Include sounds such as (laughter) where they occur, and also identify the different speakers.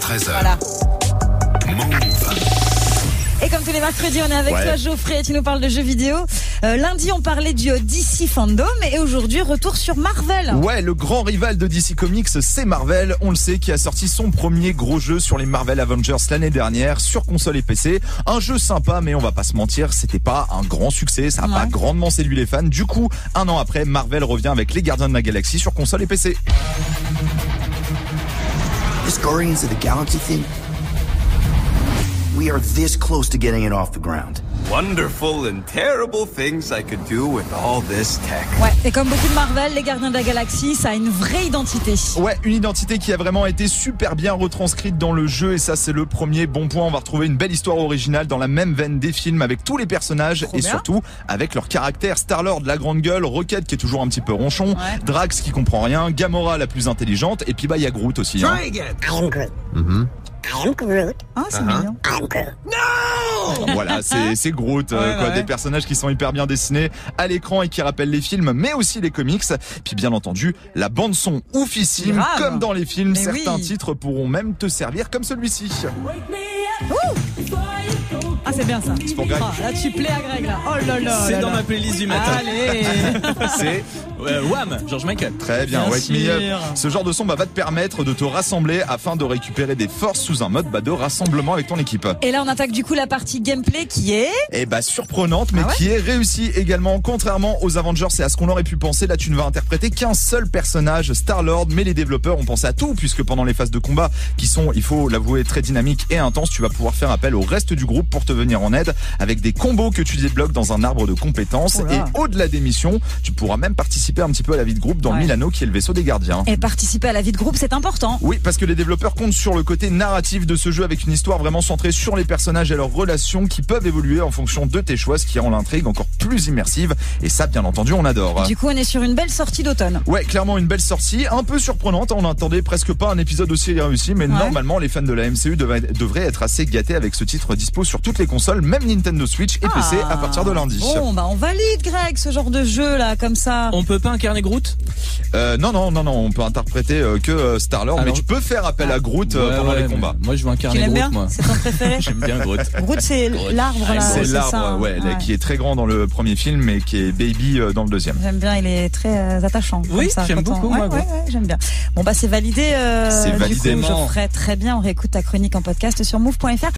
Speaker 1: 13h.
Speaker 2: Voilà.
Speaker 1: Move.
Speaker 2: Et comme tous les mercredis, on est avec
Speaker 3: Ouais.
Speaker 2: toi, Geoffrey. Tu nous parles de jeux vidéo. Euh, lundi, on parlait du euh, DC fandom, et aujourd'hui, retour sur Marvel.
Speaker 3: Ouais, le grand rival de DC Comics, c'est Marvel. On le sait, qui a sorti son premier gros jeu sur les Marvel Avengers l'année dernière sur console et PC. Un jeu sympa, mais on va pas se mentir, c'était pas un grand succès. Ça a
Speaker 2: Ouais.
Speaker 3: pas grandement séduit les fans. Du coup, un an après, Marvel revient avec les Gardiens de la Galaxie sur console et PC.
Speaker 4: This Guardians of the Galaxy thing, we are this close to getting it off the ground.
Speaker 5: Wonderful and terrible things I could do with all this tech.
Speaker 2: Ouais. Et comme beaucoup de Marvel, les Gardiens de la Galaxie, ça a une vraie identité.
Speaker 3: Ouais, une identité qui a vraiment été super bien retranscrite dans le jeu et ça c'est le premier bon point. On va retrouver une belle histoire originale dans la même veine des films avec tous les personnages
Speaker 2: Trop
Speaker 3: et
Speaker 2: bien.
Speaker 3: surtout avec leur caractère. Star-Lord, la grande gueule, Rocket qui est toujours un petit peu ronchon, Drax qui comprend rien, Gamora la plus intelligente et puis bah il y a Groot aussi. hein.
Speaker 6: I am Groot. I am Groot.
Speaker 2: Ah,
Speaker 3: Uh-huh.
Speaker 2: c'est mignon.
Speaker 6: I'm Groot.
Speaker 3: voilà,
Speaker 2: (laughs)
Speaker 3: c'est c'est Groot, euh,
Speaker 2: Ouais,
Speaker 3: quoi,
Speaker 2: ouais.
Speaker 3: des personnages qui sont hyper bien dessinés à l'écran et qui rappellent les films, mais aussi les comics. Puis bien entendu, la bande son oufissime,
Speaker 2: Grave.
Speaker 3: comme dans les films.
Speaker 2: Mais
Speaker 3: certains
Speaker 2: oui.
Speaker 3: titres pourront même te servir comme celui-ci.
Speaker 2: Ah, c'est bien ça.
Speaker 3: C'est pour Greg.
Speaker 2: Ah, là, tu plais à Greg, là. Oh là là.
Speaker 7: C'est
Speaker 2: là
Speaker 7: dans
Speaker 2: là.
Speaker 7: ma playlist du matin.
Speaker 2: Allez.
Speaker 3: C'est
Speaker 7: Euh, Wham, George Michael.
Speaker 3: Très bien,
Speaker 2: Bien
Speaker 3: Wake Me Up.
Speaker 2: sûr.
Speaker 3: Ce genre de son bah, va te permettre de te rassembler afin de récupérer des forces sous un mode bah, de rassemblement avec ton équipe.
Speaker 2: Et là, on attaque du coup la partie gameplay qui est.
Speaker 3: Et bah surprenante, mais
Speaker 2: Ah ouais
Speaker 3: qui est réussie également. Contrairement aux Avengers et à ce qu'on aurait pu penser, là tu ne vas interpréter qu'un seul personnage, Star-Lord, mais les développeurs ont pensé à tout, puisque pendant les phases de combat, qui sont, il faut l'avouer, très dynamiques et intenses, tu vas pouvoir faire appel au reste du groupe pour te venir en aide avec des combos que tu débloques dans un arbre de compétences.
Speaker 2: Oh là.
Speaker 3: et au-delà des missions, tu pourras même participer un petit peu à la vie de groupe dans
Speaker 2: Ouais.
Speaker 3: le Milano, qui est le vaisseau des gardiens.
Speaker 2: Et participer à la vie de groupe, c'est important.
Speaker 3: Oui, parce que les développeurs comptent sur le côté narratif de ce jeu avec une histoire vraiment centrée sur les personnages et leurs relations qui peuvent évoluer en fonction de tes choix, ce qui rend l'intrigue encore plus immersive. Et ça, bien entendu, on adore.
Speaker 2: Du coup, on est sur une belle sortie d'automne.
Speaker 3: Ouais, clairement une belle sortie, un peu surprenante. On attendait presque pas un épisode aussi réussi, mais normalement, les fans de la MCU devaient- devraient être assez gâtés avec ce titre dispo sur toutes les consoles, même Nintendo Switch et PC
Speaker 7: Ah.
Speaker 3: à partir de lundi.
Speaker 7: Oh.
Speaker 2: Bon, bah, on valide, Greg, ce genre de jeu, là, comme ça.
Speaker 7: On peut pas incarner Groot
Speaker 3: Euh, non, non, non, non, on peut interpréter euh, que euh, Star-Lord, mais
Speaker 7: Alors-
Speaker 3: tu peux faire appel à Groot euh,
Speaker 7: Ouais,
Speaker 3: pendant
Speaker 7: ouais,
Speaker 3: les combats.
Speaker 7: mais Moi, je veux
Speaker 2: Tu
Speaker 7: incarner
Speaker 2: l'aimes
Speaker 7: Groot,
Speaker 2: bien
Speaker 7: moi.
Speaker 2: C'est ton
Speaker 3: (laughs)
Speaker 2: préféré
Speaker 7: J'aime bien Groot.
Speaker 2: Groot, c'est l'arbre, là.
Speaker 3: C'est
Speaker 2: ça,
Speaker 3: l'arbre,
Speaker 2: hein.
Speaker 3: ouais, là,
Speaker 2: Ouais.
Speaker 3: qui est très grand dans le premier film, mais qui est baby euh, dans le deuxième.
Speaker 2: J'aime bien, il est très euh, attachant.
Speaker 7: Oui,
Speaker 2: comme ça,
Speaker 7: j'aime
Speaker 2: quand on-
Speaker 7: beaucoup,
Speaker 2: Ouais,
Speaker 7: moi,
Speaker 2: ouais, ouais, j'aime bien. Bon, bah, c'est validé. euh,
Speaker 3: C'est
Speaker 2: du coup,
Speaker 3: validément.
Speaker 2: Geoffrey, très bien. On réécoute ta chronique en podcast sur move.fr.